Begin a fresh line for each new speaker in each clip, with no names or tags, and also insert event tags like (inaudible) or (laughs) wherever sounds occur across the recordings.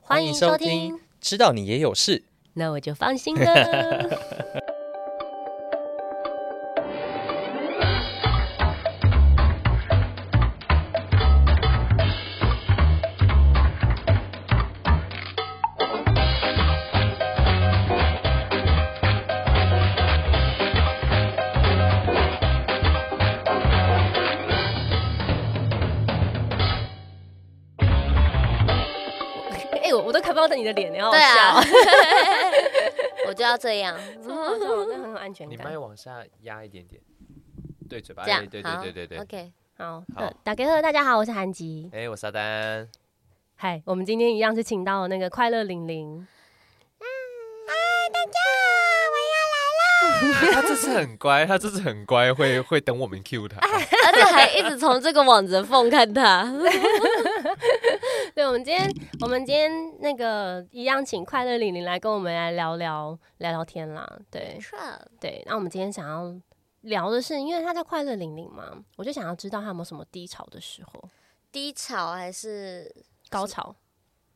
欢迎收听，
知道你也有事。
那我就放心了。 (laughs) 哎、我我都看不到你的脸，你好好
对啊
笑，，
(laughs) 我就要这样。
超好笑那很有安全
你
感
麦。往下压一点点，对嘴巴，
这样
哎对
好
对对对对。
OK，
好，
好
那呃打给贺，大家好，我是韩吉。
哎，我撒 (laughs) 旦，
嗨，我们今天一样是请到了那个快乐玲玲，
啊
哎他这次很乖，他这次很乖，会会等我们 Q 他。
而且还一直从这个网子缝看他。
(laughs) 对，我们今天我们今天那个一样请快乐玲玲来跟我们来聊聊聊聊天啦。对对，那我们今天想要聊的是，因为她叫快乐玲玲嘛，我就想要知道她有没有什么低潮的时候，
低潮还是
高潮。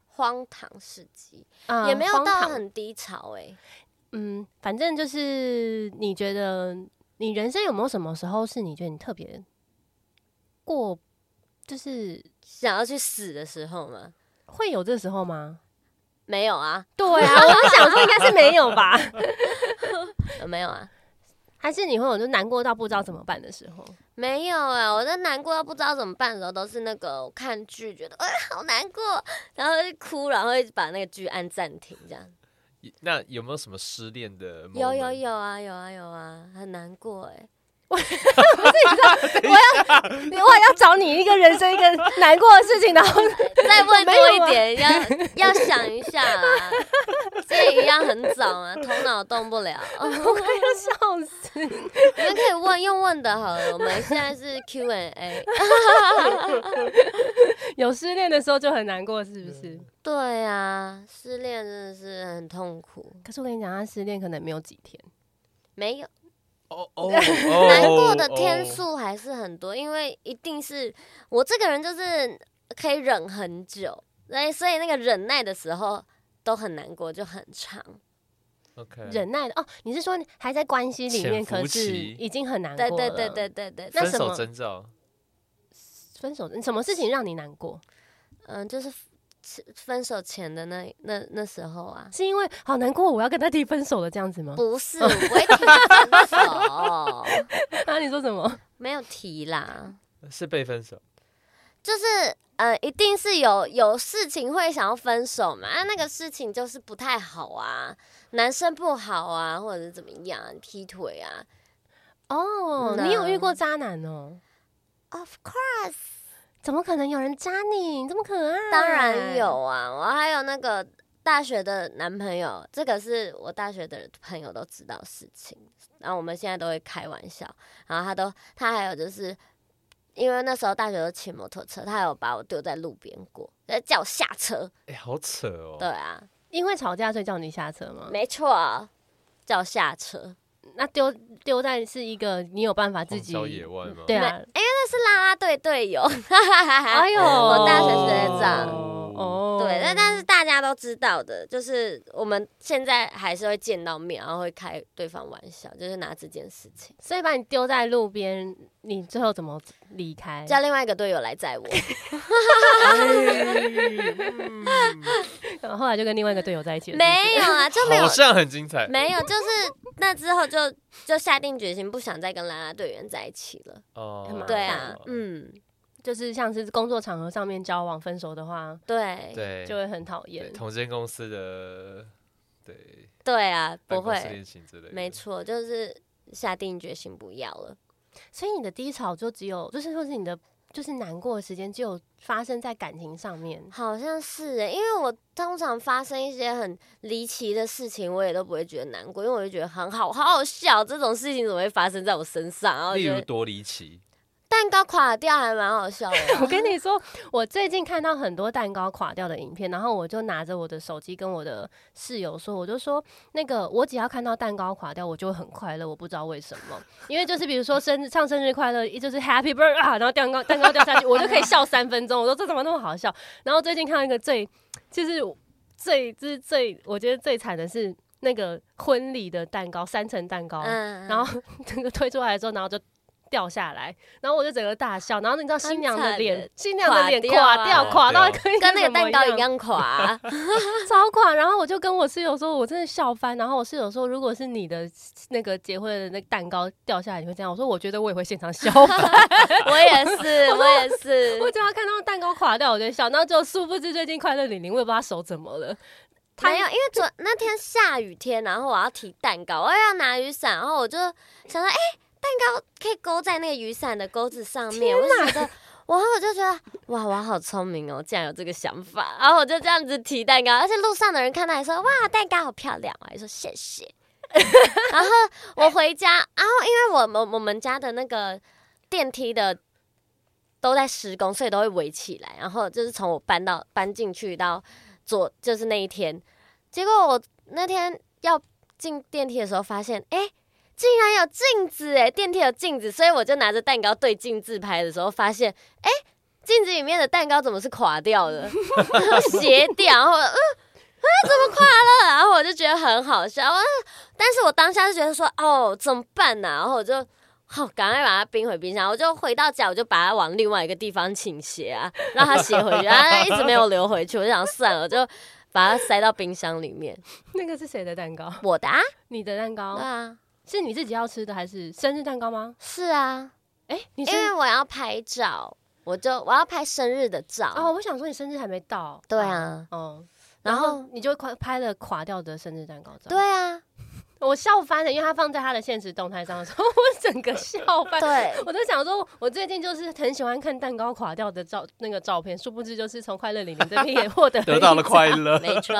荒唐事迹，
啊
也没有
荒
到
唐
很低潮哎、
嗯，反正就是你觉得你人生有没有什么时候是你觉得你特别过，就是
想要去死的时候吗？
会有这时候吗？
没有啊，
对 (laughs) 啊，我想说应该是没有吧，
呃没有啊，
(laughs) 还是你会有就难过到不知道怎么办的时候？
没有哎、我在难过到不知道怎么办的时候，都是那个我看剧觉得哎、好难过，然后就哭，然后一直把那个剧按暂停这样。
那有没有什么失恋的？
有有，有啊有啊有啊，很难过哎、
你我要找你一个人生一个难过的事情，然后 (laughs)
再问
没有
多
啊
一点，要要想一下
(laughs)
啦。这一样很早啊，头脑动不了。哦、
我快要笑死。
你们可以问，用问的好了。我们现在是 Q&A。
(laughs) 有失恋的时候就很难过，是不是？
(laughs) 对啊，失恋真的是很痛苦，
嗯
可是我跟你讲，他失恋可能没有几天。
没有
哦哦，
难
难
过的天。数还是很多，因为一定是我这个人就是可以忍很久，所以所以那个忍耐的时候都很难过，就很长。
OK，
忍耐的哦，你是说你还在关系里
潜
面，
伏
可是
期
已经很难过
对
了？
对对对对对，
那
分
什么
手征兆，
分手，什么事情让你难过？
嗯，就是分手前的那那那时候啊。
是因为好难过，我要跟他提分手了这样子吗？
不是，我不会提分手，
啊，你说什么？
没有提啦，
是被分手。
就是呃，一定是有有事情会想要分手嘛，啊，那个事情就是不太好啊，男生不好啊，或者是怎么样啊，劈腿啊
哦，
那
你有遇过渣男哦？
，Of course，
怎么可能有人渣你？你这么可爱？
当
嗯
然有啊，我还有那个。大学的男朋友，这个是我大学的朋友都知道的事情，然后我们现在都会开玩笑，然后他都他还有就是，因为那时候大学都骑摩托车，他还有把我丢在路边过，呃叫我下车，
哎，好扯哦。
对啊，
因为吵架所以叫你下车吗？
没错，叫下车。
那丢丢在是一个你有办法自
荒
己
郊野外吗？
对啊，
那是啦啦队队友， (laughs)
哎呦，
我大学学长
哦，
对，但但是大家都知道的，就是我们现在还是会见到面，然后会开对方玩笑，就是拿这件事情
所以把你丢在路边，你最后怎么离开？ (laughs)
叫另外一个队友来载我。
然后后来就跟另外一个队友在一起了。是不是
没有啊，就没有
嗯好，像很精彩。
没有，就是那之后就就下定决心不想再跟啦啦队员在一起了。
很
哦
麻，
对啊
哦，
嗯，
就是像是工作场合上面交往分手的话，
对
对，
就会很讨厌
对。同间公司的对
对啊，
办
不
公室
会，
恋情之类的，
没错，就是下定决心不要了。
所以你的低潮就只有，就是说是你的，就是难过的时间，只有发生在感情上面。
好像是诶，因为我通常发生一些很离奇的事情，我也都不会觉得难过，因为我就觉得很好，好好笑，这种事情怎么会发生在我身上？然后我
例
觉
如
得
多离
(laughs)
奇，
蛋糕垮掉还蛮好笑的啊、
我 (laughs) 跟你说，我最近看到很多蛋糕垮掉的影片，然后我就拿着我的手机跟我的室友说，我就说那个我只要看到蛋糕垮掉，我就会很快乐，我不知道为什么， (laughs) 因为就是比如说生日唱生日快乐，一就是 Happy Birthday 啊，然后蛋糕蛋糕掉下去，我就可以笑三分钟，我说这怎么那么好笑？然后最近看到一个最就是。最就是最我觉得最惨的是那个婚礼的蛋糕，三层蛋糕，
嗯，
然后整个推出来之后，然 (laughs) 后就掉下来，然后我就整个大笑，然后你知道新娘
很
的
惨
脸
耶，
新娘的脸
垮掉啊
垮掉，垮到
垮掉
跟一
跟那个
什么
蛋糕
一
一，样垮，啊
超垮。然后我就跟我室友说，我真的笑翻。然后我室友说，如果是你的那个结婚的那个蛋糕掉下来，你会这样？我说我觉得我也会现场笑翻。
(laughs) 我也是，我也是，
我只要看到蛋糕垮掉，我就笑。然后就殊不知最近快乐李玲，我也不知道她手怎么了。她
没有，因为昨那天下雨天，然后我要提蛋糕，我要拿雨伞，然后我就想说，哎、蛋糕可以勾在那个雨伞的钩子上面，我就觉得。然后我就觉得哇，我好聪明哦，竟然有这个想法。然后我就这样子提蛋糕，而且路上的人看到还说哇，蛋糕好漂亮啊，还说谢谢。然后我回家，然后因为我们我们家的那个电梯的都在施工，所以都会围起来。然后就是从我搬到搬进去到昨就是那一天，结果我那天要进电梯的时候，发现哎、诶竟然有镜子哎、诶电梯有镜子，所以我就拿着蛋糕对镜自拍的时候，发现哎、诶镜子里面的蛋糕怎么是垮掉的， (laughs) 斜掉，然后我嗯。啊，怎么垮了？然后我就觉得很好笑，我但是我当下就觉得说，哦，怎么办呢、然后我就好赶快把它冰回冰箱，我就回到家，我就把它往另外一个地方倾斜啊，让它斜回去，然后它一直没有流回去，我就想算了，我就把它塞到冰箱里面。
那个是谁的蛋糕？
我的啊，
你的蛋
对
糕
啊，
是你自己要吃的还是生日蛋糕吗？
是啊，
哎、你
因
生
为我要拍照，我就我要拍生日的照。
哦，我想说你生日还没到。
对，啊，
哦，然
然
后
后
你就快拍了垮掉的生日蛋糕照。
对，啊，
我笑翻了，因为他放在他的现实动态上的时候，我整
(laughs)
个笑翻。
对，
我在想说，我最近就是很喜欢看蛋糕垮掉的照那个照片，殊不知就是从快乐李玲这边
(laughs)
也获得
得到了快乐。
乐，
啊
(laughs)
没错，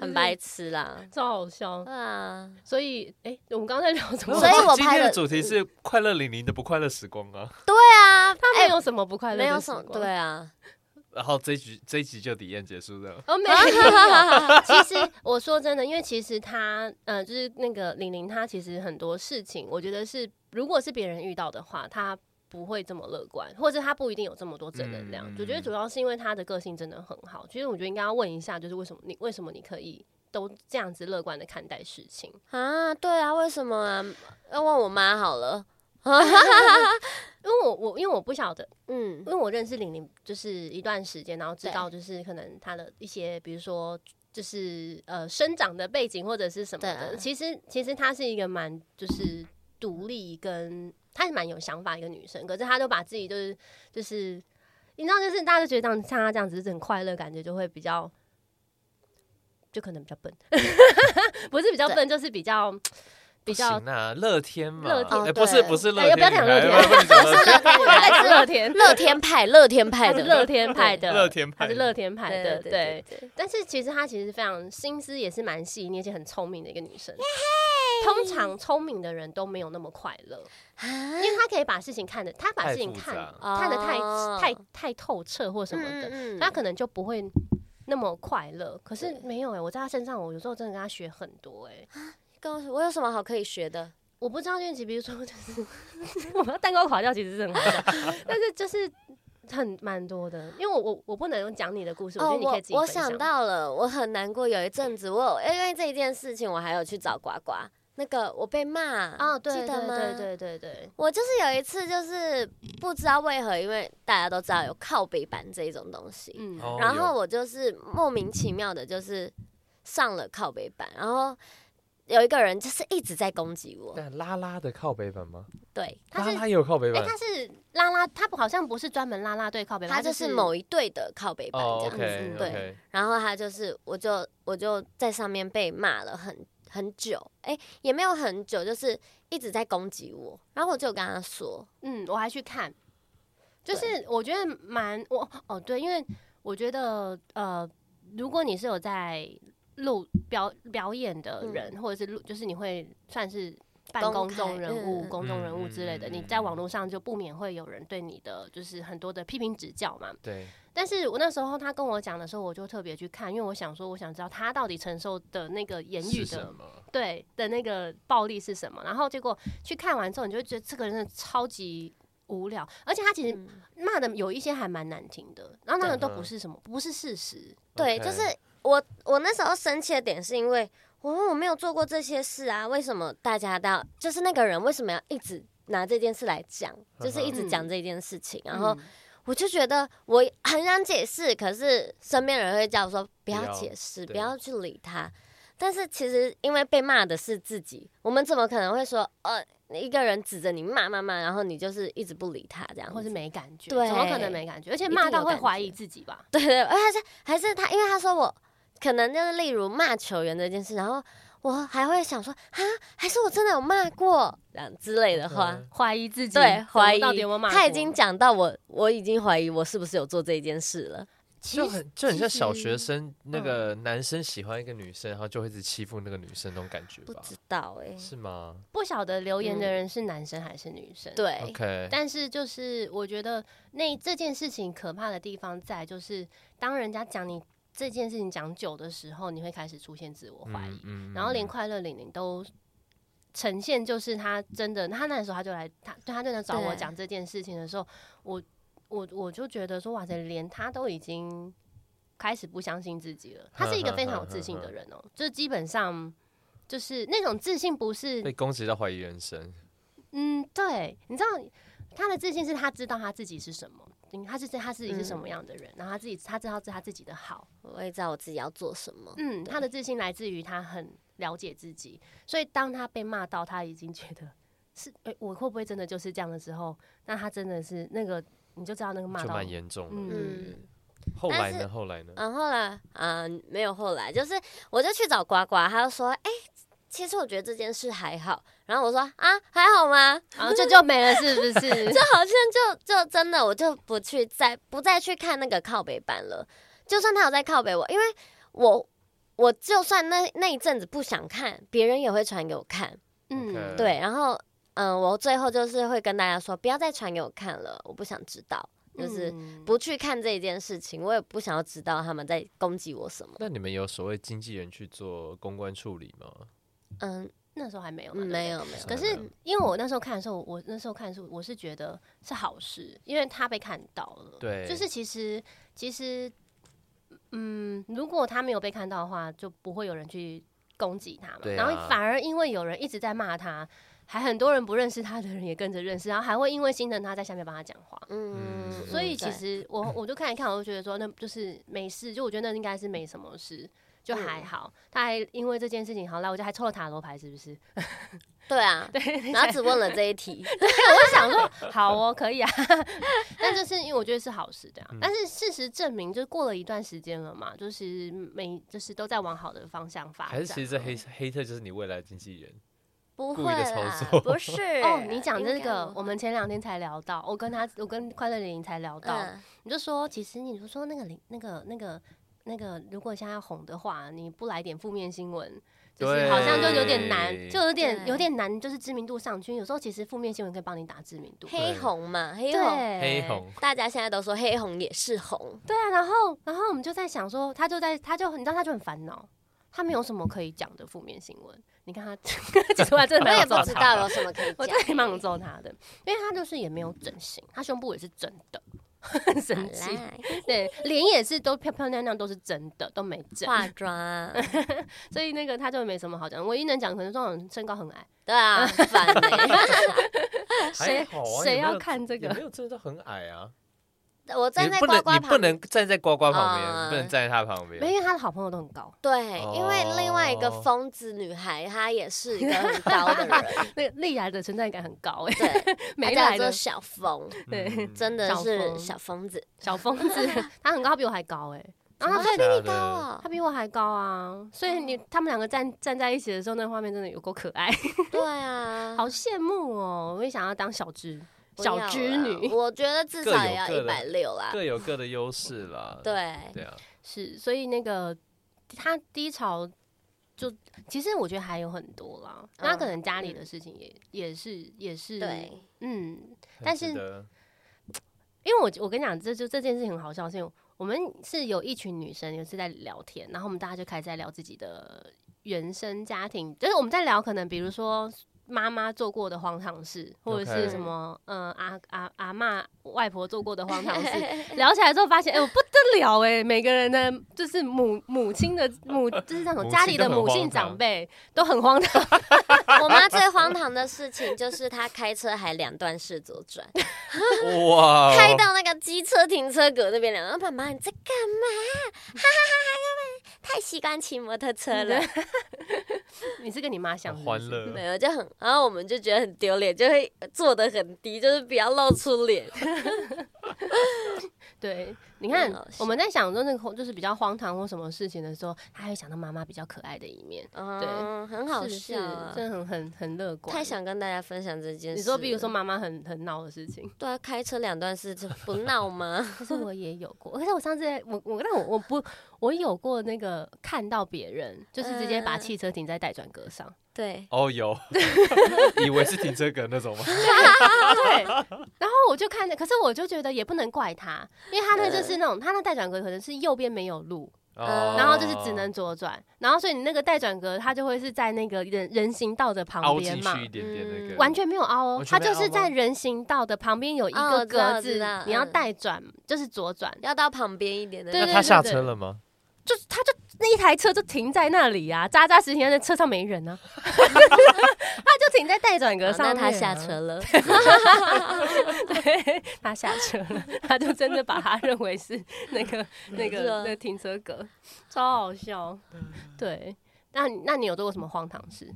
很白痴啦。
超好笑。(laughs)
对啊，
所以，哎、我们刚才聊什么？
所以我
今
拍
天
的
的主题是快乐李宁的不快乐时光啊。
对啊，
他没有什么不快
哎
乐、
没有什么，对。啊。 (laughs)
然后这一局这一集就体验结束了。
(laughs) 哦，没
(laughs)
有。
啊
(laughs) 其实我说真的，因为其实他，呃，就是那个玲玲，她其实很多事情，我觉得是，如果是别人遇到的话，她不会这么乐观，或者她不一定有这么多正能量。
嗯
我觉得主要是因为她的个性真的很好。其实我觉得应该要问一下，就是为什么你为什么你可以都这样子乐观的看待事情？
啊，对啊，为什么啊？要问我妈好了。
因为我我因为我不晓得，
嗯
因为我认识玲玲就是一段时间，然后知道就是可能她的一些，比如说就是呃生长的背景或者是什么的。
对啊
其实其实她是一个蛮就是独立跟她是蛮有想法的一个女生，可是她都把自己就是就是你知道，就是大家就觉得像像她这样子，就是很快乐，感觉就会比较。就可能比较笨， (laughs) 不是比较笨，就是比较比较
不行啊，乐天嘛，
乐天
哎
哦
不是
对
不是乐
哎
天，
不要讲乐天
你还不是讲乐天，
我在讲乐天，
乐天派，乐天派
他是
的，
乐天派的，
乐天派
他是乐天派
对
的，对
对对。对，
但是其实她其实非常心思也是蛮细腻，而且很聪明的一个女生。通常聪明的人都没有那么快乐，因
嗯
为她可以把事情看得，她把
太
事情
复
看
杂
看得太
哦
太太透彻或什么的，
嗯
她可能就不会那么快乐。可是
对
没有哎、我在她身上，我有时候真的跟她学很多哎、
跟我说我有什么好可以学的？
我不知道，因为其实比如说就是 (laughs) 我们蛋糕垮掉，其实是很好笑，但是就是很蛮多的，因为我我我不能讲你的故事，我觉得你可以自己
哦我我
分享。
想到了，我很难过。有一阵子，我有因为这一件事情，我还有去找呱呱。那个我被骂
哦，对
记
对
得吗？
对对对对，
我就是有一次，就是不知道为何，因为大家都知道有靠背板这一种东西，
嗯，
哦
然
有
后我就是莫名其妙的，就是上了靠背板，然后有一个人就是一直在攻击我，
但拉拉的靠背板吗？
对
他
拉
是
拉也有靠背
哎、
板
他是拉拉，他不好像不是专门拉拉队靠北吧，
他就是某一队的靠背板这
哦
样子，
嗯
，OK
对。
OK，
然后他就是，我就我就在上面被骂了很很久，哎、也没有很久，就是一直在攻击我。然后我就跟他说，
嗯，我还去看，就是我觉得蛮我哦对，因为我觉得呃，如果你是有在录表表演的人，或者是录，就是你会算是。半公
嗯公
众
开
人物、
嗯
公众人物之类的，
嗯嗯嗯
你在网络上就不免会有人对你的就是很多的批评指教嘛。
对，
但是我那时候他跟我讲的时候，我就特别去看，因为我想说，我想知道他到底承受的那个言语
是
的
什么？
对的那个暴力是什么，然后结果去看完之后，你就会觉得这个人真的超级，无聊，而且他其实
嗯
骂的有一些还蛮难听的，然后那个都
嗯
不是什么，不是事实。
对，
OK
就是我我那时候生气的点是因为我我没有做过这些事啊，为什么大家都要就是那个人为什么要一直拿这件事来讲，就是一直讲这件事情，然后
嗯
我就觉得我很想解释，可是身边人会叫我说不要解释，
对
不要去理他。但是其实因为被骂的是自己，我们怎么可能会说呃一个人指着你骂骂骂，然后你就是一直不理他这样子，
或是没感觉，
对
怎么可能没感觉？而且
一定
骂到
有
会
感
怀疑
觉
自己吧？
(laughs) 对对，而且还是他，因为他说我可能就是例如骂球员这件事，然后我还会想说啊，还是我真的有骂过，这样之类的话。
OK
怀疑自己，
对，怀疑
到底有没有骂过？
他已经讲到我，我已经怀疑我是不是有做这一件事了。
其
就
实
很就很像小
其
学
实嗯
生那个男生喜欢一个女生，然后就会一直欺负那个女生那种感觉
不
吧？
知道
嗯
哎、
是吗
不晓得留言的人是男生还是女生。
对，
？OK，
但是就是我觉得那这件事情可怕的地方在就是，当人家讲你这件事情讲久的时候，你会开始出现自我怀疑，
嗯
然后连
嗯
快乐玲玲都呈现，就是他真的，他那时候他就来，他对他真的找我
对
讲这件事情的时候，我我我就觉得说，哇塞，连他都已经开始不相信自己了。他是一
嗯
个非常有自信的人哦、就是基本上就是那种自信不是
被攻击到怀疑人生，
嗯，对，你知道他的自信是他知道他自己是什么，嗯他是他自己是什么样的人，然后他自己他知道是他自己的好，
我也知道我自己要做什么。
嗯，
对
他的自信来自于他很了解自己，所以当他被骂到，他已经觉得是诶、我会不会真的就是这样的时候，那他真的是那个你就知道那个骂
就
到
蛮，严重的。
嗯，
嗯，
后来
但是
呢？后来呢？
然后呢，啊、没有后来，就是我就去找呱呱，他就说，哎、其实我觉得这件事还好。然后我说，啊，还好吗？ (laughs)
然哦后就就没了，是不是？ (laughs)
好像就就真的我就不去再不再去看那个靠北版了。就算他有在靠北我，因为我我就算那那一阵子不想看，别人也会传给我看。
嗯，
OK
对，然后嗯、呃我最后就是会跟大家说，不要再传给我看了，我不想知道，就是
嗯
不去看这一件事情，我也不想要知道他们在攻击我
呃
什么。
那你们有所谓经纪人去做公关处理吗？
嗯，
那时候还没有嘛，对不对
没有没有，
可是因为我那时候看的时候，我那时候看的时候，我是觉得是好事，因为他被看到了。
对
就是其实其实，嗯，如果他没有被看到的话，就不会有人去攻击他嘛。
对
然后
啊
反而因为有人一直在骂他，还很多人不认识他的人也跟着认识，然后还会因为心疼他在下面帮他讲话。
嗯，
所以其
对
实我我就看一看，我就觉得说，那就是没事，就我觉得那应该是没什么事，就还
嗯
好。他还因为这件事情，好来我就还抽了塔罗牌，是不是？
对啊，然后只问了这
(laughs)
一题，
我想说，好哦，可以啊， (laughs) 但就是因为我觉得是好事这样。
嗯
但是事实证明，就是过了一段时间了嘛，就是每就是都在往好的方向发展。
还是其实这黑黑特就是你未来的经纪人？
不
故
会
意的操
啦
作，
不是
哦，你讲这
应该
个
不，
我们前两天才聊到，我跟他，我跟快乐玲玲才聊到，
嗯
你就说，其实你就说那个林，那个那个那个，如果现在要红的话，你不来点负面新闻，就是
对
好像就有点难，
对
就有点
对
有点难，就是知名度上去。有时候其实负面新闻可以帮你打知名度，
黑红嘛，黑红，
对，
黑红，
大家现在都说黑红也是红，
对啊，然后然后我们就在想说，他就在他就你知道他就很烦恼，他没有什么可以讲的负面新闻。你看他， (laughs) 其实我还真的
我
蛮
也
想
不
揍
知
他，
道有什么可以
我
讲
真的蛮想揍他的，因为他就是也没有整形，他胸部也是真的， (laughs) 很
好
神奇，
啦，
对，脸也是都漂漂亮亮，都是真的，都没整，
化妆，
所以那个他就没什么好讲，唯一能讲可能说嗯身高很矮，
对啊，很烦
(laughs)
欸
(laughs) 谁
还好啊
谁
也没有
要看这
也没
个？
有真的很矮啊，
我站
你
在
不
呱
能
呱
你不
旁，
能站在呱呱旁
啊
边，你不能站在他旁边
没有，。因为他的好朋友都很高，
对，因为另外一个
哦
疯子女孩，她也是一个很高
(laughs)
的人，
那个丽来的存在感很高哎、
啊对，
没来
她叫做
的
小疯，
对
嗯
真的
小
是
疯
小疯子，
小疯
(laughs)
子，他很高，他比我还高哎、然后他
她比
真
你
的
高哦
他，比我还高啊，所以你他们两个站站在一起的时候，那画面真的有够可
(laughs)
爱，
对啊，
好羡慕哦！我也想要当小织
不要
小
啦
织女，
我觉得至
各
少
有
也要
各
一
的
百六啦，
各有各的优势啦。
嗯
对，
对啊，
是，所以那个他低潮就其实我觉得还有很多啦，
嗯
那可能家里的事情也、也是也
(laughs)
是
对，
嗯，
很
但是
值
(laughs)
得
因为我我跟你讲，这就这件事情很好笑，是因为我们是有一群女生，有一次在聊天，然后我们大家就开始在聊自己的原生家庭，就是我们在聊可能比如说。妈妈做过的荒唐事，或者是
OK
什么嗯、呃阿阿阿嬷外婆做过的荒唐
(laughs)
事，聊起来之后发现，哎、我不得了哎、每个人的就是母母亲的母，就是那种
母
家
亲
里
都
的
很
母
荒
性长
唐
辈都很荒唐， (laughs)
我妈最荒唐的事情就是她开车还两段式左转，
哇，哦
开到那个机车停车格那边，两个妈妈你在干嘛？哈哈哈哈哈！太习惯骑摩托车了，
你是跟你妈想
好啊欢乐
(laughs) 没有就很，然后我们就觉得很丢脸，就会坐得很低，就是不要露出
(laughs)
脸。
对，你看
很好笑
我们在想说那个就是比较荒唐或什么事情的时候，他会想到妈妈比较可爱的一面，
嗯，很好
是
笑啊
是，真的很很很乐观。
太想跟大家分享这件事。
你说，比如说，妈妈很很闹的事情，
对啊，开车两段式 (laughs) 不闹吗？
(laughs) 可是我也有过。可是我上次我我但我我不我有过那个看到别人就是直接把
嗯
汽车停在待转格上，
对，
哦 (laughs) 有，以为是停车格那种吗？
(laughs) 对，然后我就看着，可是我就觉得也不能怪他，因为他那就是那种他那待转格可能是右边没有路，
哦
然后就是只能左转，然后所以你那个待转格，它就会是在那个人人行道的旁
凹
边
进
嘛
去，一点点那
嗯
个，
完全没有凹哦
完，
它
全没
就
凹
是
吗
在人行道的旁边有一
哦
个
我知道
格
我知
子
道，
你要
嗯
带转，就是左转，
要到旁边一点的。
对
那他下车了吗？
就是他就那一台车就停在那里啊，扎扎实实停在车上没人啊， (laughs) 他就停在待转格
好
上
那
面、啊
他下，车了，
(laughs) 对，他下车了，他就真的把他认为是那 (laughs) 个那
没错
个那停车格，啊超好笑，对。那你那你有做过什么荒唐事？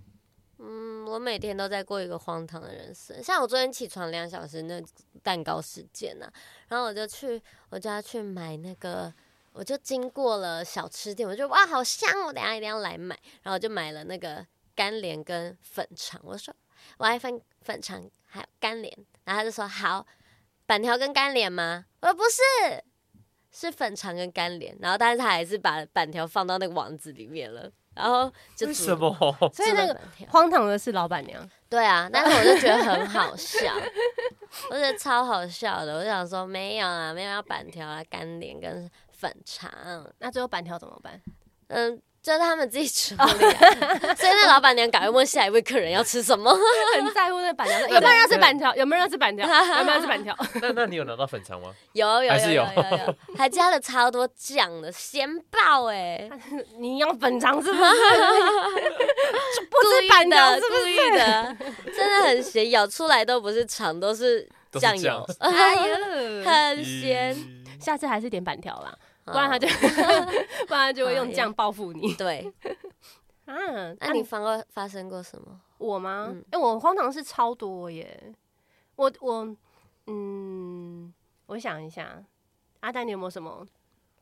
嗯，我每天都在过一个荒唐的人生。像我昨天起床两小时那蛋糕事件呢、然后我就去我就要去买那个，我就经过了小吃店，我就哇好香，哦我等一下一定要来买。然后我就买了那个干莲跟粉肠，我说我爱粉粉肠还有干莲，然后他就说好，板条跟干莲吗？我说不是。是粉肠跟干莲，然后但是他还是把板条放到那个网子里面了，然后就
为
煮
什么？
所以那
煮了
个
板条
荒唐的是老板娘，
对啊，但是我就觉得
(laughs)
很好笑，我觉得超好笑的。我就想说没有啊，没有要板条啊、干莲跟粉肠，
那最后板条怎么办？
嗯，就是他们自己处理、啊。
(laughs)
所以那老板娘赶快问下一位客人要吃什么。 (laughs)
很在乎那板条， (laughs) 有没有人要吃板条？有没有人要吃板条？有没有人要吃板条？ (laughs)
那那你有拿到粉肠吗？
有有
还
有
是
有
有
有有，还加了超多酱的，鲜爆哎、
你用粉肠是不是？ (laughs) 就 (laughs) 不吃板条是不
(laughs) 故意的，故意的真的很咸，咬出来都不是肠，都是
都是
酱油，
是？哎呦，
(laughs) 很咸。
咦，
(laughs) 下次还是点板条啦，不然他就 (laughs) 不然他就会用酱报复你
对，
啊。
那你发过发生过什么？
我吗
嗯？
哎，我荒唐事超多耶！我我嗯，我想一下，阿丹，你有没有什么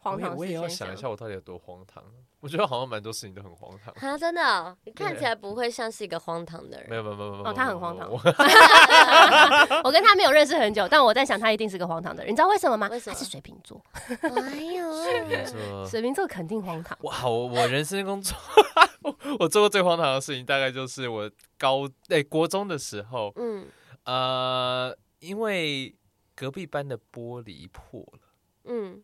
荒
我也
唐事？
我也要想一下，，我到底有多荒唐。我觉得好像蛮多事情都很荒唐。
啊，真的、哦，你看
对
起来不会像是一个荒唐的
没有
人。
没有没有没有，
哦他很荒唐
我
我跟他没有认识很久，但我在想他一定是个荒唐的人，你知道为什么吗？
为什么
他是水瓶座，
哎
(laughs)
呦，
我
水瓶座肯定荒唐。
哇，我我人生工作， (laughs) 我做过最荒唐的事情，大概就是我高哎、国中的时候，
(laughs) 嗯
呃，因为隔壁班的玻璃破了，
嗯，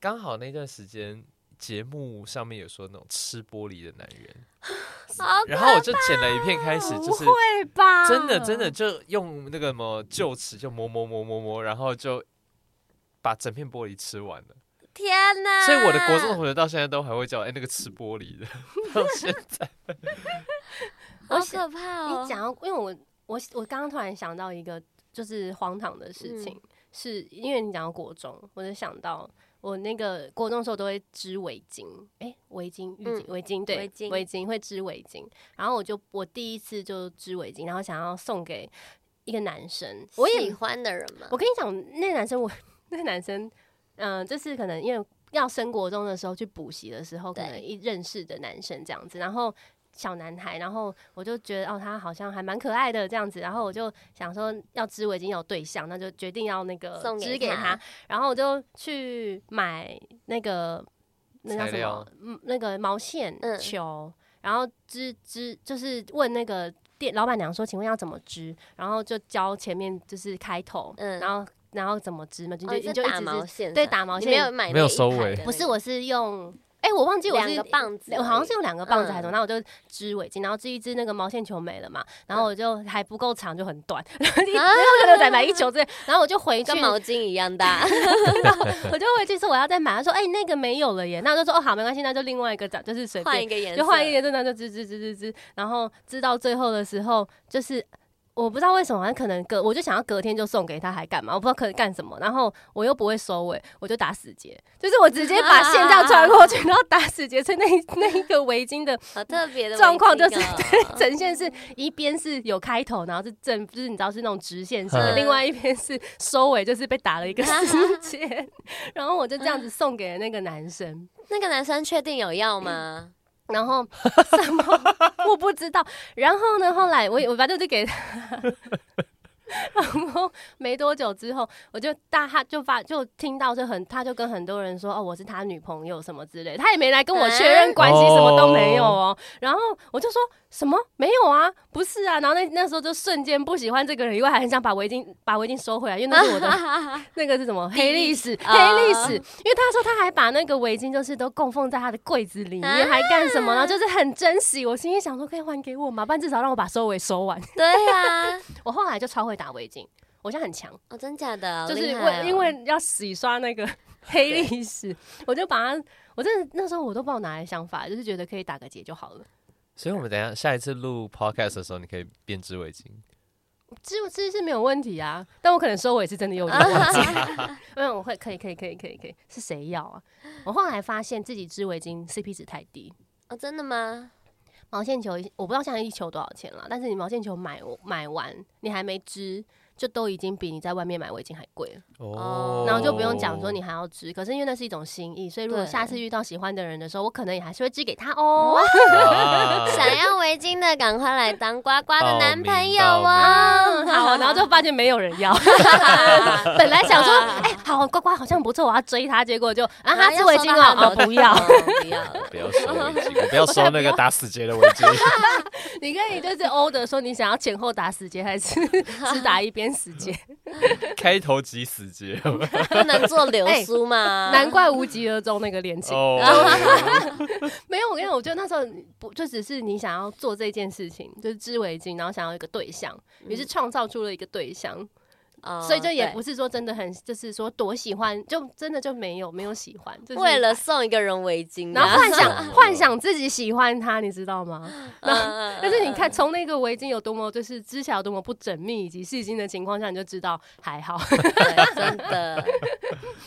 刚好那段时间节目上面有说那种吃玻璃的男人，
哦
好
然后我就剪了一片开始，就是
会吧？
真的真的就用那个什么臼齿就磨磨磨磨磨，然后就把整片玻璃吃完了。
天
啊
哪！
所以我的国中同学到现在都还会叫哎、那个吃玻璃
(laughs)
的，到现在
好
我
可怕哦。
你讲到，因为我我我刚刚突然想到一个就是荒唐的事情，
嗯
是因为你讲到国中，我就想到我那个国中的时候都会织围巾，哎、围巾、浴巾、
嗯
围巾，对，
围巾
会织围巾。然后我就我第一次就织围巾，然后想要送给一个男生，我也
喜欢的人嘛
我，跟你讲，那男生我 (laughs) 那男生，嗯、就是可能因为要升国中的时候去补习的时候，可
对
能一认识的男生这样子，然后小男孩，然后我就觉得哦，他好像还蛮可爱的这样子，然后我就想说要织围巾有对象，那就决定要那个
送
织
给
给
他
他，然后我就去买那个那叫
材
什么
料？
嗯，那个毛线
嗯
球，然后织织就是问那个店老板娘说，请问要怎么织？然后就教前面就是开头，
嗯
然后然后怎么织嘛，就
哦
就、
你
你
是
就一
打
直
毛
是
线，
对打毛线
你没有买那一
没有收
排的
尾
那个
不是我是用哎、哎、我忘记我是哎
两个棒子而已，
我好像是有两个棒子还是什么，
嗯
然后我就织围巾，然后织一织那个毛线球没了嘛，然
嗯
后我就还不够长，就很短， (laughs) 然
啊
后一然后可能才买一球之类，然后我就回去，
跟毛巾一样
(laughs)
大，
我就回去说我要再买，他说哎、那个没有了耶，那我就说哦好没关系，那就另外一个找，就是随
换
便
一个颜色，
就换一个真的就织织织织织，然后织到最后的时候，就是我不知道为什么，可能隔我就想要隔天就送给他，还干嘛？我不知道可以干什么，然后我又不会收尾，我就打死结，就是我直接把线这样穿
(laughs)
过去，然后打死结，所以那一那一个围巾的
好特别的
状况就是
围巾哦
呈现是一边是有开头，然后是正，就是你知道是那种直线型
嗯
的，另外一边是收尾，就是被打了
(laughs)
一个死结， (laughs) 然后我就这样子送给了那个男生。
那个男生确定有
(laughs)
要吗？
然后什么我不知道。然后呢，后来我也我反正就给他， (laughs) 然后没多久之后，我就大他就发就听到就很他就跟很多人说哦我是他女朋友什么之类，他也没来跟我确认关系，
啊
什么都没有哦。然后我就说什么没有啊，不是啊。然后那那时候就瞬间不喜欢这个人以外，还很想把围巾把围巾收回来，因为那是我的那个是什么黑历史？
啊
黑历史，因为他说他还把那个围巾就是都供奉在他的柜子里面，
啊
还干什么？然后就是很珍惜。我心里想说，可以还给我吗？不然至少让我把收尾收完。
对呀、啊，
我后来就超会打围巾，我现在很强，
哦，真假的，好
就是
厉害
为
哦
因为要洗刷那个黑历史，我就把它。我真的那时候我都不知道哪来的想法，就是觉得可以打个结就好了。
所以我们等一下下一次录 podcast 的时候，你可以编织围巾。
织织是没有问题啊，但我可能收尾是真的有点忘记，因为我会可以可以可以可以可以是谁要啊？我后来发现自己织围巾 CP 值太低，
哦，真的吗？
毛线球一我不知道现在一球多少钱了，但是你毛线球买买完你还没织，就都已经比你在外面买围巾还贵了，
哦
然后就不用讲说你还要织。可是因为那是一种心意，所以如果下次遇到喜欢的人的时候，我可能也还是会织给他哦。
啊
想
(laughs)
要围巾的，赶快来当呱呱的男朋友
报
哦！
嗯好，然后就发现没有人 (laughs) 要。本来想说，哎、好呱呱好像不错，我要追他，结果就啊， (laughs) 他织围巾
啊
哦，哦不要。 (laughs)
不要了，
不要收围巾，我不要收那个打死结的围
(laughs)
巾。
你可以就是 order 说你想要前后打死结，还是 (laughs) 只打一边死 (laughs) 结？
开头即死
(laughs)
结。
哎
不能做流苏吗？
难怪无疾而终那个恋情。 (laughs)
哦，
没有，我跟你讲，我觉得那时候不就只是你想要做这件事情，就是织围巾，然后想要一个对象，于是创造出了一个对象，
哦
所以就也
对
不是说真的很，就是说多喜欢，就真的就没有没有喜欢， (laughs) 就是
为了送一个人围巾啊，
然后幻想
啊
(laughs) 幻想自己喜欢他，你知道吗？然后
后
但是你看，从那个围巾有多么就是织起来有多么不缜密以及细心的情况下，你就知道还好。 (laughs)
(laughs) 真的，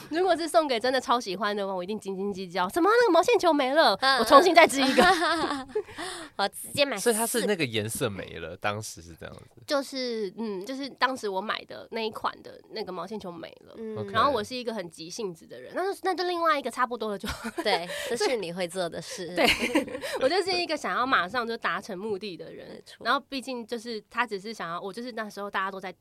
如果是送给真的超喜欢的话，我一定斤斤计较。什么那个毛线球没了
嗯，
我重新再织一个。
我直接
哎
买四
所
个，
以它是那个颜色没了，当时是这样子。
就是嗯，就是当时我买的那一款的那个毛线球没了。
嗯
OK
然后我是一个很急性子的人，那就那就另外一个差不多了就， (laughs)
对，这是你会做的事，
对我就是一个想要马上就达成目的的人
没。错
然后毕竟就是他只是想要，我就是那时候大家都在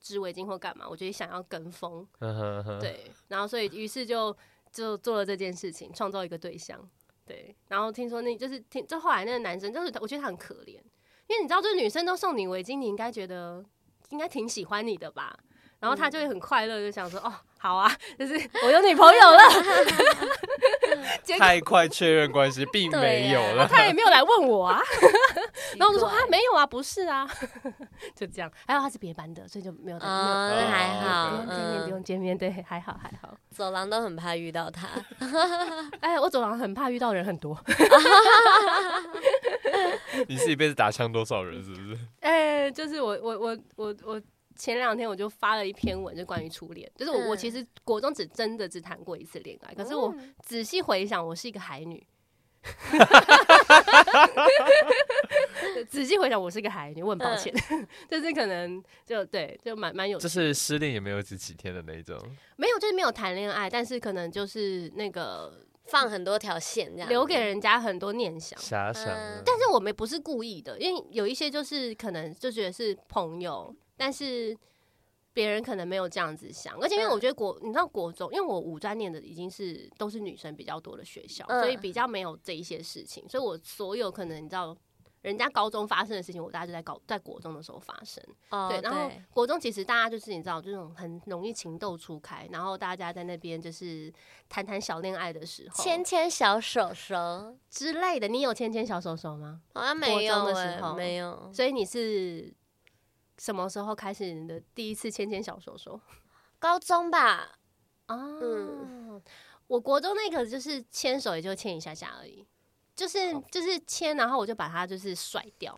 织围巾或干嘛，我就想要跟风，
嗯哼
(laughs)
哼，
对，然后所以于是就就做了这件事情，创造一个对象，对。然后听说那就是听，就后来那个男生，就是我觉得他很可怜，因为你知道，就是女生都送你围巾，你应该觉得应该挺喜欢你的吧。然后他就会很快乐，就想说：“哦，好啊，就是 (laughs) 我有女朋友了。”结果
太快确认关系，并没有了。
(laughs) 他也没有来问我 (laughs) 啊，
奇怪，
然后我就说：“啊，没有啊，不是啊。” (laughs) 就这样。还有他是别班的，所以就没有在、
哦，那还好
没有，
嗯
不用见面，不
嗯，
用见面，对，还好还好。
走廊都很怕遇到他，
哎，我走廊很怕遇到人很多。
(laughs) 你是一辈子打枪多少人？是
(laughs)
不是？
哎、就是我我我我我前两天我就发了一篇文，就关于初恋。就是我、
嗯哦
我其实国中只真的只谈过一次恋爱，可是我仔细回想，我是一个海女。 (laughs) 仔细回想，我是一个海女，我很
嗯
抱歉， (laughs) 就是可能就对，就蛮蛮有趣
就
的，
是失恋也没有几几天的那一种。
没有就是没有谈恋爱，但是可能就是那个
放很多条线这样，
留给人家很多念想。
遐想
嗯
啊，
但是我们不是故意的，因为有一些就是可能就觉得是朋友，但是别人可能没有这样子想。而且因为
嗯
我觉得国，你知道国中，因为我五专念的已经是都是女生比较多的学校，
嗯
所以比较没有这一些事情，所以我所有可能你知道。人家高中发生的事情，我大概就在高在国中的时候发生。
哦
对，然后
对
国中其实大家就是你知道，这种很容易情窦初开，然后大家在那边就是谈谈小恋爱的时候，
牵牵小手手
之类的。你有牵牵小手手吗？
好像
国
没有
中的
欸
时候
没有，
所以你是什么时候开始你的第一次牵牵小手手
高中吧，
啊？
嗯
我国中那个就是牵手也就牵一下下而已，就是就是牵，然后我就把它就是甩掉。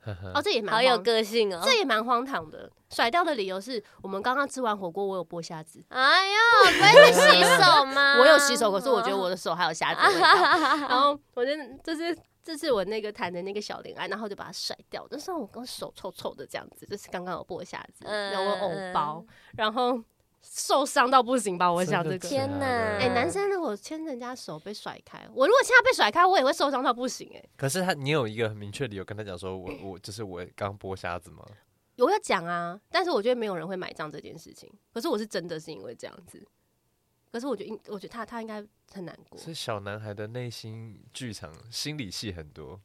呵呵
哦，这也蛮
好有
荒
个性哦。
这也蛮荒唐的。甩掉的理由是我们刚刚吃完火锅，我有剥虾子。
哎呦，不会是洗手
(laughs)
吗？
我有洗手，可是我
嗯
觉得我的手还有瑕疵味
(laughs)
道。然后我就这是这是我那个谈的那个小恋爱，然后就把它甩掉。但是我刚手臭臭的这样子，就是刚刚有剥虾子，
嗯
然后我偶包，然后受伤到不行吧？我想这
真的
个。
假的
天哪
哎、男生如果牵人家手被甩开，我如果现在被甩开，我也会受伤到不行哎、
可是他，你有一个很明确的理由跟他讲说我，我就是我刚剥虾子吗？
我要讲啊，但是我觉得没有人会买账这件事情。可是我是真的是因为这样子，可是我觉得应，我觉得他他应该很难过。
是小男孩的内心剧场，心理戏很多。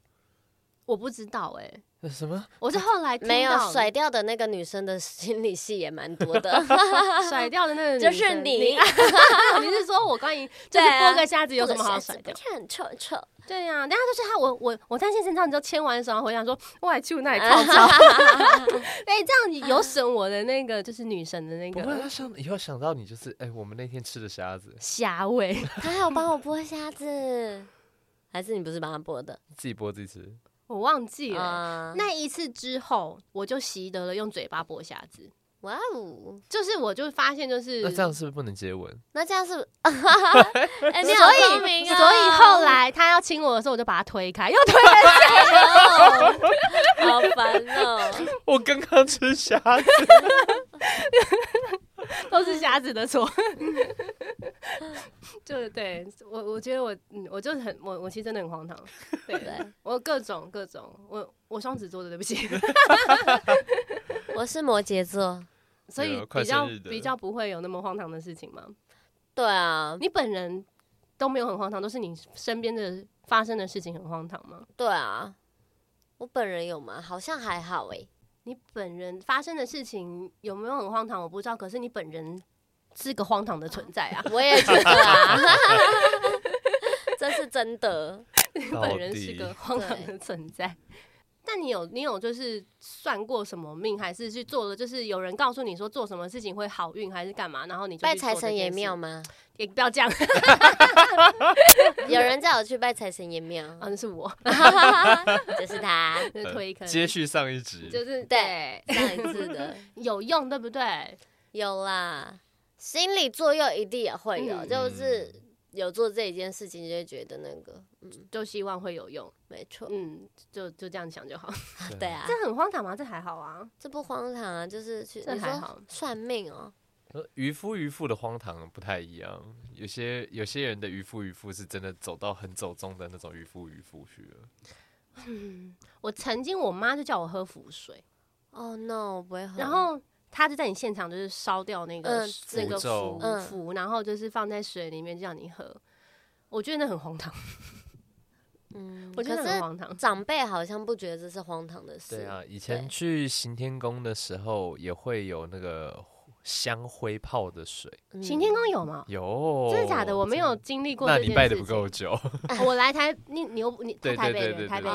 我不知道哎、
那什么？
我是后来听
没有
到
甩掉的那个女生的心理戏也蛮多
(laughs)
的，
甩掉的那个女
就
生，
是
你 (laughs)
你，啊
你是说我关于就是
对啊
剥个虾子有什么好甩
不
掉？
是很臭很臭，
(laughs) 对呀、啊，但是就是他，我我我担心身上，你知道牵完手，我想说，我还去那里泡澡， (laughs) 哎、这样有损我的那个就是女神的那
不会，
个
他想以后想到你就是，哎、我们那天吃的虾子，
虾味。 (laughs)
他 (laughs) 还有帮我剥虾子，还是你不是帮他剥的？
自己剥自己吃。
我忘记了、
啊，
那一次之后，我就习得了用嘴巴剥虾子，
哇哦，
就是我就发现就是
那这样是不是不能接吻？ (laughs)
那这
(laughs)
样是， (laughs) 哎，你好
所以
聪明啊！
所以后来他要亲我的时候，我就把他推开，又推开。
(laughs) 好烦哦，
我刚刚吃虾子，
(laughs) 都是瞎子的错。就是对我，我觉得我，嗯，我就是很，我我其实真的很荒唐，对
对，
我各种各种，我我双子座的，对不 (laughs) 起，
我是摩羯座，
所以
有啊快
比较
生日的
比较不会有那么荒唐的事情嘛。
对啊，
你本人都没有很荒唐，都是你身边的发生的事情很荒唐吗？
对啊，我本人有吗？好像还好欸诶，，
你本人发生的事情有没有很荒唐？我不知道，可是你本人是个荒唐的存在啊
我也觉得 (laughs) 啊，这是真的，
你 (laughs) 本人是个荒唐
对
的存 (laughs) 在。但你有你有就是算过什么命，还是去做了？就是有人告诉你说做什么事情会好运，还是干嘛？然后你就
拜
去做
财神
这
爷
件
庙
事，
吗？
也不要这样， (laughs)
有人叫我去拜财神爷 (laughs) 庙，
好像是我，
就是他
就是推坑，
呃
接续上一集，
就是
对上一次的，
(laughs) 有用，对不对？
有啦，心理作用一定也会有，
嗯
就是有做这一件事情，就会觉得那个嗯
就希望会有用，
没错，
嗯，就就这样想就好。
嗯
对。啊，
这很荒唐吗？这还好啊，
这不荒唐啊，就是去
这
你
还
说
好
算命哦、
呃渔夫渔妇的荒唐不太一样，有些有些人的渔夫渔妇是真的走到很走中的那种渔夫渔妇去了。
我曾经我妈就叫我喝符水，
哦、no，我不会喝。
然后。她就在你现场，就是烧掉那个、
嗯
那个
符咒
符
嗯
符，然后就是放在水里面叫你喝。我觉得那很荒唐，
嗯，
我觉得
可
很
是
荒唐。
长辈好像不觉得这是荒唐的事。
对啊，以前
对
去行天宫的时候也会有那个香灰泡的水，
嗯，
行天宫有吗？
有
真的假的？我没有
哦真的。
经历过
那
这件
你
事
拜的
情。哦
不够久，
(laughs) 我来台，你你又你他
对
台
对
北
对对啊
人，台北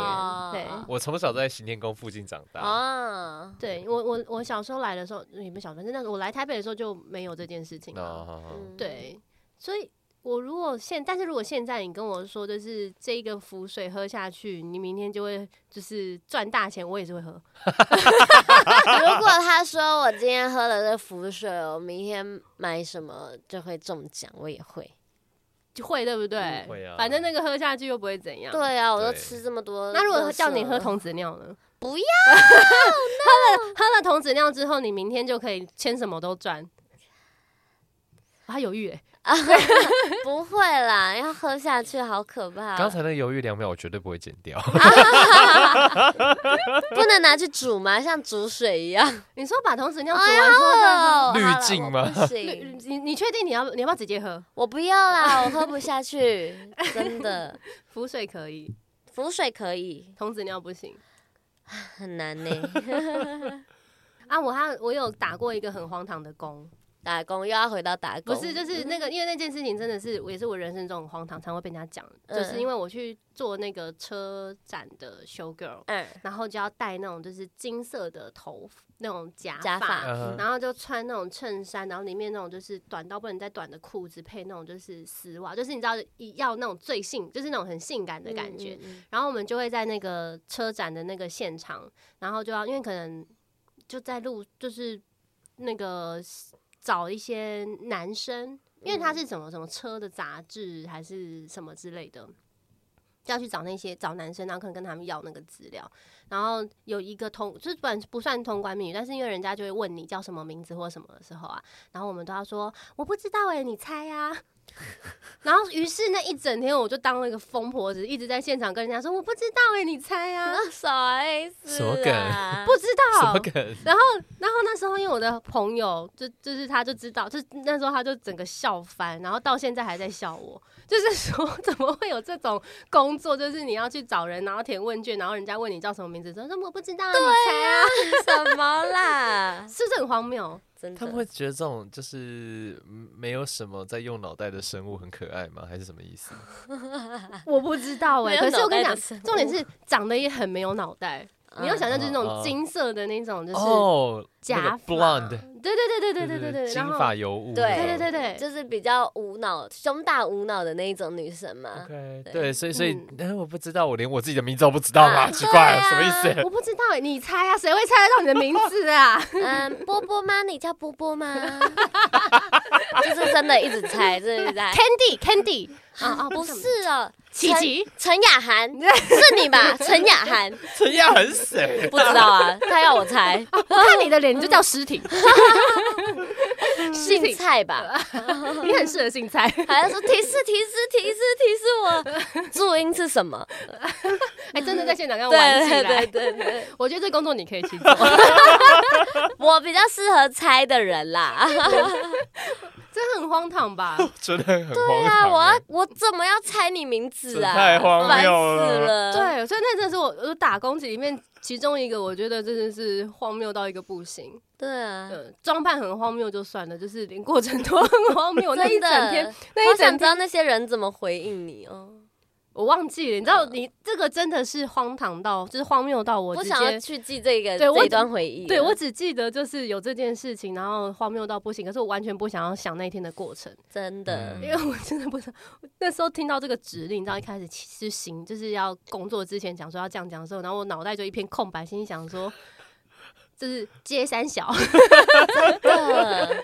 对
人，对
哦
我从小在行天宫附近长
哦
大。嗯
啊，
对。我我我小时候来的时候，嗯也不小，反正那时候我来台北的时候就没有这件事情了。
哦，
嗯，
对，所以我如果现，但是如果现在你跟我说，就是这一个浮水喝下去，你明天就会就是赚大钱，我也是会喝。
如果他说我今天喝了这符水，我明天买什么就会中奖，我也会。
就会对不对？
嗯会啊
反正那个喝下去又不会怎样。。
对啊，我都
对
吃这么多。
那如果叫你喝，童子尿呢？
不要
喝了童子尿之后，你明天就可以签什么都赚。啊他犹豫、欸，
不会啦，要喝下去好可怕。啊
刚才那个犹豫两秒，我绝对不会剪掉。
不能拿去煮吗？像煮水一
(laughs)
样。
你说把童子尿煮完之后再喝，
哦
滤
好了
镜
我
吗
不
你 (laughs)
行，
哎你你确定你要你要不要直接喝？
我不要啦，我喝不下去，真的。
浮水可以，
浮水可以，
童子尿不行
很难呢、
啊！我还有我有打过一个很荒唐的工，
打工又要回到打
不
工，
是就是
嗯
那个，因为那件事情真的是我也是我人生中很荒唐，常会被人家讲，
嗯
就是因为我去做那个车展的 show girl，
嗯，
然后就要戴那种就是金色的头那种假
假发
发。
(laughs) 嗯
啊然后就穿那种衬衫，然后里面那种就是短到不能再短的裤子，配那种就是丝袜，就是你知道一要那种最性，就是那种很性感的感觉。
嗯，嗯
然后我们就会在那个车展的那个现场，然后就要因为可能就在路，就是那个找一些男生，因为他是什么什么车的杂志还是什么之类的，就要去找那些找男生，然后可能跟他们要那个资料。然后有一个通，就是不然不算通关密语，但是因为人家就会问你叫什么名字或什么的时候啊，然后我们都要说我不知道哎、你猜呀、 (laughs) 然后，于是那一整天，我就当了一个疯婆子，一直在现场跟人家说：“我不知道哎、你猜
(laughs)
呀、
嗯什么意思、啊？
什么梗
不知
什
道
么。梗？
然后那时候，因为我的朋友就就是他就知道，就那时候他就整个笑翻，然后到现在还在笑我， (laughs) 就是说怎么会有这种工作？就是你要去找人，然后填问卷，然后人家问你叫什么名字，说说我不知道啊，你猜啊，
什么啦？
是不是很荒谬？
真的，
他们会觉得这种就是嗯没有什么在用脑袋的生物很可爱吗？还是什么意思？
(laughs) 我不知道哎、
没有
可是我跟你
脑
讲
袋的生物，
重点是长得也很没有脑袋，你要想象就是那
哦
种金色的那种，就是。
哦，
假发
b l o n d
对对对对对对对对，
金
然后
发尤物，
对
对对对对，
就是比较无脑、胸大无脑的那一种女生嘛。
OK，
对
对，所以所以
嗯，
哎，我不知道，我连我自己的名字都不知道吗？
啊
(laughs) 奇怪，
对啊
什么意思？
我不知道欸，你猜啊，谁会猜得到你的名字
(laughs)
啊？
(laughs)
嗯，波波吗？你叫波波吗？就是真的一直猜，真的一直
(laughs)
猜。
Candy Candy 啊啊，
不
不是
是哦，
琪琪，
陈雅涵是你吧？陈雅涵，
陈亚很谁？
不知道啊，他要
(laughs)
我猜，
(laughs) 我看你的脸你就叫诗
(laughs)
婷，诗
姓
婷，
蔡
呃
吧？
你很适合姓蔡。
还要说提示提示提示提示我注音是什么？
(laughs) 哎，真的在 (laughs) 现场跟我玩起
对对
来，
对对对，
我觉得这工作你可以去做，
(laughs) 我比较适合猜的人啦。
这很荒唐吧？
嗯
真的很荒唐。
对啊，我要我怎么要猜你名字啊？
这太荒
烦死
谬了
了。
对，所以那真的是我我打工里面其中一个，我觉得真的是荒谬到一个不行。
对啊，
呃，装扮很荒谬就算了，就是连过程都很荒
(laughs)
谬。我那一
真的
整天，那
好
一整
想
天
知道那些人怎么回应你哦。
我忘记了，你知道，你这个真的是荒唐到，就是荒谬到我
不
直
想要
接。
去记这个
对我
这一段回忆了。
对，我只记得就是有这件事情，然后荒谬到不行。可是我完全不想要想那一天的过程，
真的
因
嗯
为我真的不知道。那时候听到这个指令，你知道一开始是行，就是要工作之前讲说要这样讲的时候，然后我脑袋就一片空白，心里想
(laughs)
说，就是接三小。
真的。 (laughs)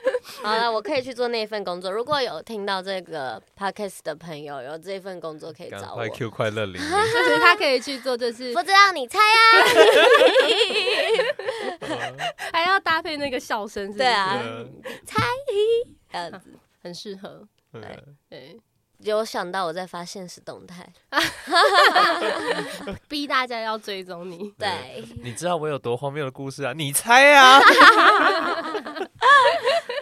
好了，我可以去做那一份工作。如果有听到这个 podcast 的朋友有这份工作，可以
赶
找我
快。Q 快乐零零，
就是他可以去做，就是
不知道你猜啊？
还要搭配那个笑声，是不是
对啊
嗯
这样子
很适合。
嗯
对，
有想到我在发现实动态，
逼大家要追踪你。
对，
你知道我有多荒谬的故事啊？你猜啊？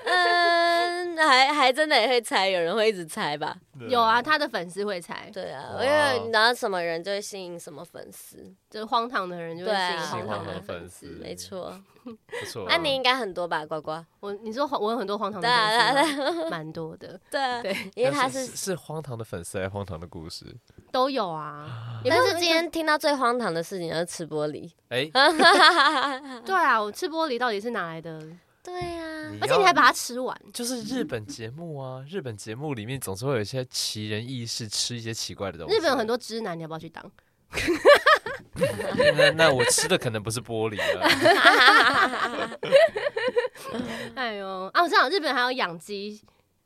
嗯，还还真的也会猜，有人会一直猜吧？
有啊，，他的粉丝会猜，
对啊，
哇
因为你知道什么人就会吸引什么粉丝，
就是荒唐的人就会
对啊
吸引
喜欢
荒唐
他
的
的粉
粉
丝
丝。
没错。
不错。
那你应该很多吧，呱呱？
我你说我有很多荒唐的
对啊
粉丝吗，蛮多的，
对啊，
对，
因为他
是
是
是是荒唐的粉丝还是荒唐的故事？
都有
(laughs)
啊。也没
但
有
是今天听到最荒唐的事情就是吃玻璃。
哎，
啊对啊，我吃玻璃到底是哪来的？
对啊 (laughs) 呀、
而且你还把它吃完，
就是日本节目啊，日本节目里面总是会有一些奇人异事，吃一些奇怪的东西。
日本有很多直男，你要不要去当？
那那我吃的可能不是玻璃啊
(laughs)
了，
哎呦啊，我知道日本还有养鸡，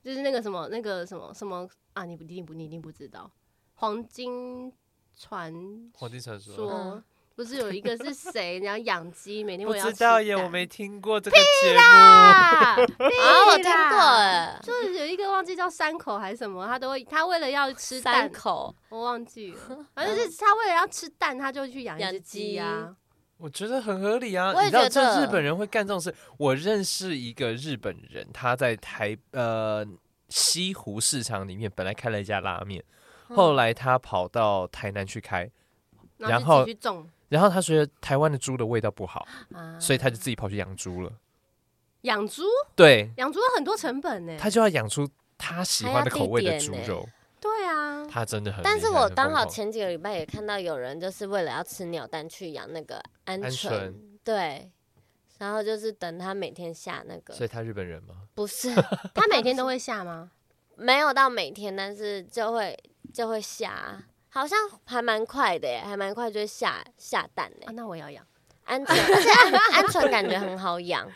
就是那个什么那个什么什么啊，你不你一定不你一定不知道，黄金传
黄金传说。啊
说
嗯。
不是有一个是谁，然后养鸡，每天
不
我要
知
吃
道耶，
蛋
我没听过这个节
(laughs)
目。
(laughs) 啊，
啊，我
我
哦听过哎，
就是有一个忘记叫山口还是什么，他都会，他为了要吃
三
蛋，
口
我忘记
(laughs)
了，反正就是他为了要吃蛋，他就去养一
养
只鸡啊。
我觉得很合理啊，
我也
你知道
觉得
这日本人会干这种事。我认识一个日本人，他在台呃西
嗯
嗯
湖市场里面本来开了一家拉面，后来他跑到台南去开，
然后就自己去种
然后他觉得台湾的猪的味道不好，
啊，
所以他就自己跑去养猪了。
养猪，
对，
养猪有很多成本呢。
他就要养出他喜欢的口味的猪
还要地点
肉，
对啊，
他真的很厉害。
但是我
很疯
刚好
狂
前几个礼拜也看到有人就是为了要吃鸟蛋去养那个鹌
鹌
鹑
鹑，
对，然后就是等它每天下那个
所，以他日本人吗？(laughs)
不是
他每天都会下吗？
没有到每天，但是就会就会下，好像还蛮快的耶，还蛮快就会下下蛋嘞
啊，，那我也要养，
鹌
(laughs)
鹑，而且鹌鹌鹑感觉很好养，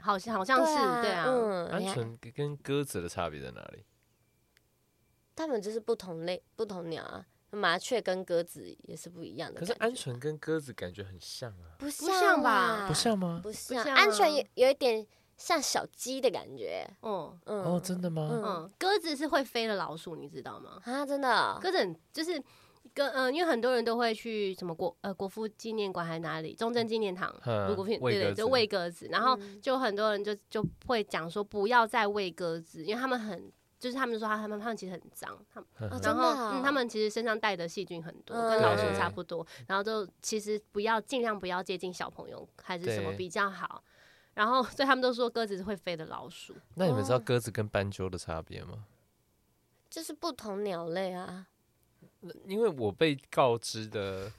好像好像是对啊，
嗯，
鹌
你看
鹑跟跟鸽子的差别在哪里？
它们就是不同类不同鸟啊，麻雀跟鸽子也是不一样的
可
感
是
觉，
鹌鹑跟鸽子感觉很像啊，
不
不像吧
啦
不像吗？
不像，
像
鹌
啊
鹑有有一点像小鸡的感觉，
哦
嗯，
哦，真的吗？
嗯
嗯，鸽子是会飞的老鼠，你知道吗？
啊，真的哦、
鸽子很就是跟嗯、呃，因为很多人都会去什么国呃国父纪念馆还是哪里，中正纪念堂。
嗯
如果片
喂
对
鸽
对，
子
就喂鸽子，然后
嗯
就很多人就就会讲说不要再喂鸽子，因为他们很就是他们说他们他们其实很脏，他们
嗯
哦
然
真的
后、
哦
嗯、他们其实身上带的细菌很多，
嗯
跟老鼠
对
差不多，然后就其实不要尽量不要接近小朋友还是什么
对
比较好，然后所以他们都说鸽子是会飞的老鼠，
那
哦
你们知道鸽子跟斑鸠的差别吗？
就是不同鸟类啊，
因为我被告知的呃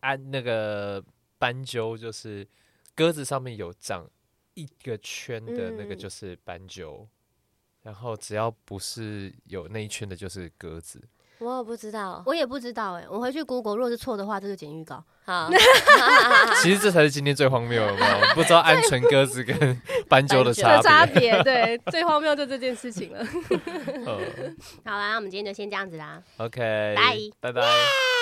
安那个斑鸠就是鸽子上面有长一个圈的那个
嗯
就是斑鸠，然后只要不是有那一圈的就是鸽子。
我也不知道。
我也不知道哎、我回去 Google 如果是错的话，这就剪预告。
(laughs) 好，
(laughs)
其实这才是今天最荒谬的嘛，我们不知道鹌鹑、鸽子跟斑鸠的
斑鸠
的
差
差
别。
别，对，最荒谬就这件事 (laughs) 情了。
嗯
好啦，那我们今天就先这样子啦，
OK，
拜
拜拜。